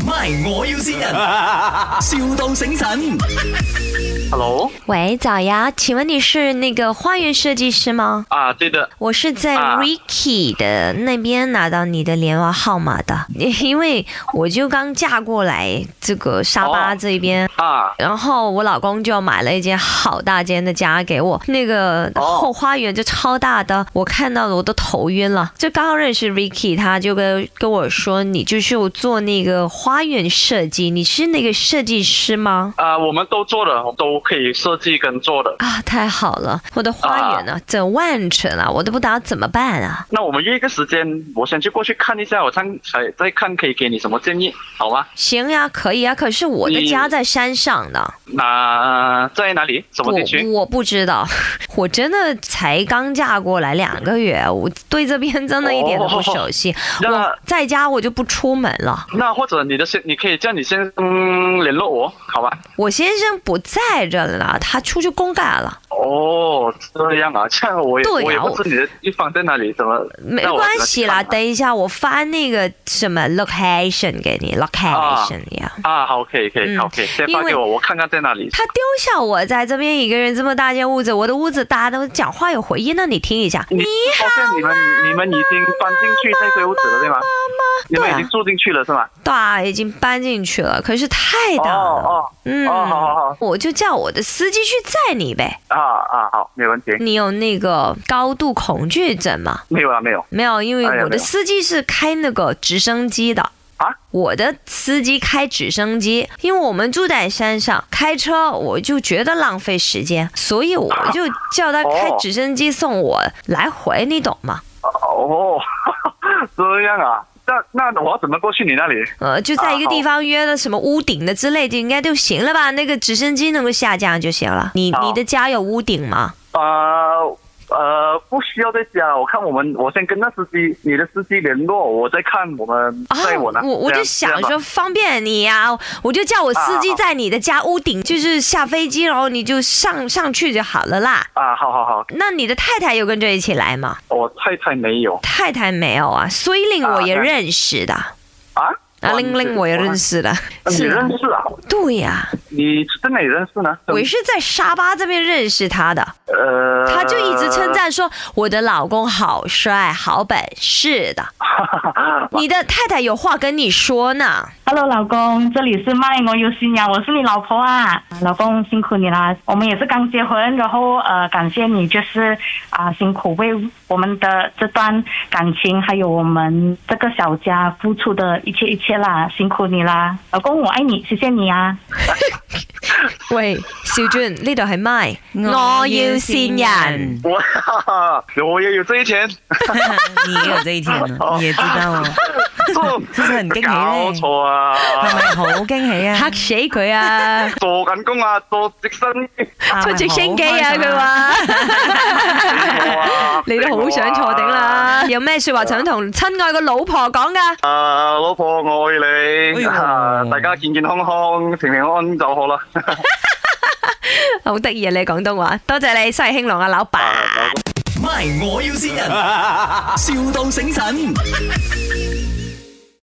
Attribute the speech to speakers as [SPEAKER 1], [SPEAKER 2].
[SPEAKER 1] My，我要先人，, 笑到醒神。
[SPEAKER 2] Hello，
[SPEAKER 3] 喂，早呀，请问你是那个花园设计师吗？
[SPEAKER 2] 啊，对的，
[SPEAKER 3] 我是在
[SPEAKER 2] 啊
[SPEAKER 3] Ricky 的那边拿到你的电话号码的， 因为我就刚嫁过来这个沙巴
[SPEAKER 2] 哦
[SPEAKER 3] 这边，
[SPEAKER 2] 啊，
[SPEAKER 3] 然后我老公就买了一间好大间的家给我，那个
[SPEAKER 2] 哦
[SPEAKER 3] 后花园就超大的，我看到了我都头晕了。就刚好认识 Ricky，他就跟跟我说，你就是有做那个花园设计，你是那个设计师吗？
[SPEAKER 2] 啊，我们都做的，都可以设计跟做的。
[SPEAKER 3] 啊，太好了！我的花园呢、整万城啊，我都不知道怎么办啊。
[SPEAKER 2] 那我们约一个时间，我先去过去看一下，我看才再看可以给你什么建议，好吗？
[SPEAKER 3] 行呀、可以啊，可是我的
[SPEAKER 2] 你
[SPEAKER 3] 家在山上的，
[SPEAKER 2] 那在哪里？什么地
[SPEAKER 3] 我
[SPEAKER 2] 区？
[SPEAKER 3] 我不知道， 我真的才刚嫁过来两个月，我对这边真的一点都不熟悉。
[SPEAKER 2] 哦那
[SPEAKER 3] 我在家我就不出门了。
[SPEAKER 2] 那或者你的先，你可以叫你先生联络我，好吧？
[SPEAKER 3] 我先生不在这儿了，他出去公干了，
[SPEAKER 2] 哦，这样啊， 这样我也、
[SPEAKER 3] 对呀
[SPEAKER 2] 我也不
[SPEAKER 3] 我
[SPEAKER 2] 知你的地方在哪里，怎么？
[SPEAKER 3] 没
[SPEAKER 2] 那我
[SPEAKER 3] 关系啦。
[SPEAKER 2] 怎么去看
[SPEAKER 3] 等一下我发那个什么 location 给你，location 呀。
[SPEAKER 2] 啊，好，可以，可以，
[SPEAKER 3] 嗯
[SPEAKER 2] 好，可以，先
[SPEAKER 3] 因
[SPEAKER 2] 发
[SPEAKER 3] 为
[SPEAKER 2] 给我，我看看在哪里。
[SPEAKER 3] 他丢下我在这边一个人这么大间屋子，我的屋子大的，我讲话有回音呢，你啊听一下。
[SPEAKER 2] 你发现你们你们已经搬进去那堆屋子了，对吗？你们已
[SPEAKER 3] 对
[SPEAKER 2] 经
[SPEAKER 3] 啊
[SPEAKER 2] 住进去了是吗？
[SPEAKER 3] 大已经搬进去了，可是太
[SPEAKER 2] 哦
[SPEAKER 3] 大了。
[SPEAKER 2] 哦
[SPEAKER 3] 嗯，
[SPEAKER 2] 哦好好好
[SPEAKER 3] 我就叫我的司机去载你呗。
[SPEAKER 2] 啊啊，好，没问题，
[SPEAKER 3] 你有那个高度恐惧症吗？
[SPEAKER 2] 没有啊，没有
[SPEAKER 3] 没有，因
[SPEAKER 2] 哎呀
[SPEAKER 3] 为我
[SPEAKER 2] 没
[SPEAKER 3] 的
[SPEAKER 2] 有
[SPEAKER 3] 司机是开那个直升机的。
[SPEAKER 2] 啊
[SPEAKER 3] 我的司机开直升机，因为我们住在山上，开车我就觉得浪费时间，所以我就叫他开
[SPEAKER 2] 哦
[SPEAKER 3] 直升机送我来回，你懂吗？
[SPEAKER 2] 哦，这样啊，那那我要怎么过去你那里？
[SPEAKER 3] 呃，就
[SPEAKER 2] 啊
[SPEAKER 3] 在一个地方约了什么屋顶的之类的，应该就行了吧？那个直升机能够下降就行了。你
[SPEAKER 2] 好
[SPEAKER 3] 你的家有屋顶吗？
[SPEAKER 2] 呃呃，不需要在家，我看我们，我先跟那司机，你的司机联络，我再看我们在我那。
[SPEAKER 3] 啊我我
[SPEAKER 2] 这
[SPEAKER 3] 就
[SPEAKER 2] 样
[SPEAKER 3] 想，
[SPEAKER 2] 这
[SPEAKER 3] 说
[SPEAKER 2] 样吧
[SPEAKER 3] 方便你呀、我就叫我司机
[SPEAKER 2] 啊好
[SPEAKER 3] 在你的家屋顶，就是下飞机，然后你就上上去就好了啦。
[SPEAKER 2] 啊，好好好，
[SPEAKER 3] 那你的太太有跟着一起来吗？
[SPEAKER 2] 我太太没有
[SPEAKER 3] 太太没有啊，孙令我也
[SPEAKER 2] 啊
[SPEAKER 3] 认识的，
[SPEAKER 2] 啊。
[SPEAKER 3] 啊，玲玲我也认
[SPEAKER 2] 识，
[SPEAKER 3] 识的，
[SPEAKER 2] 你
[SPEAKER 3] 是
[SPEAKER 2] 认
[SPEAKER 3] 的，
[SPEAKER 2] 识啊？
[SPEAKER 3] 对呀、
[SPEAKER 2] 你在哪里认识呢？
[SPEAKER 3] 我是在沙巴这边认识他的，
[SPEAKER 2] 呃，
[SPEAKER 3] 他就一直称赞说我的老公好帅、好本事的。你的太太有话跟你说呢。
[SPEAKER 4] Hello，老公，这里是麦我有新呀，我是你老婆啊，老公辛苦你啦，我们也是刚结婚，然后呃，感谢你就是啊、辛苦为我们的这段感情还有我们这个小家付出的一切一切啦，辛苦你啦，老公我爱你，谢谢你啊。
[SPEAKER 3] 喂，小俊， 呢度系麦，我要善 人。
[SPEAKER 2] 我 我也有这一 天，
[SPEAKER 5] 你也有这一天啊，你也知道啊，真係唔經喜咧
[SPEAKER 2] 搞錯啊！
[SPEAKER 5] 係咪好驚喜啊
[SPEAKER 3] 嚇？死佢 啊！
[SPEAKER 2] 做緊工啊，做直升機，
[SPEAKER 3] 出直升機啊！佢
[SPEAKER 5] 話
[SPEAKER 3] 話
[SPEAKER 2] 哇
[SPEAKER 3] 你都好想坐定。啦。有咩说話想同親愛嘅老婆講噶？
[SPEAKER 2] 啊，老婆我愛你，
[SPEAKER 5] 哎呦
[SPEAKER 2] 啊大家健健康康、平平安安就好啦。
[SPEAKER 3] 好得意啊！你廣東話，多謝你西興隆啊，老闆。
[SPEAKER 2] 啊
[SPEAKER 1] My，我要先人，,笑到醒神。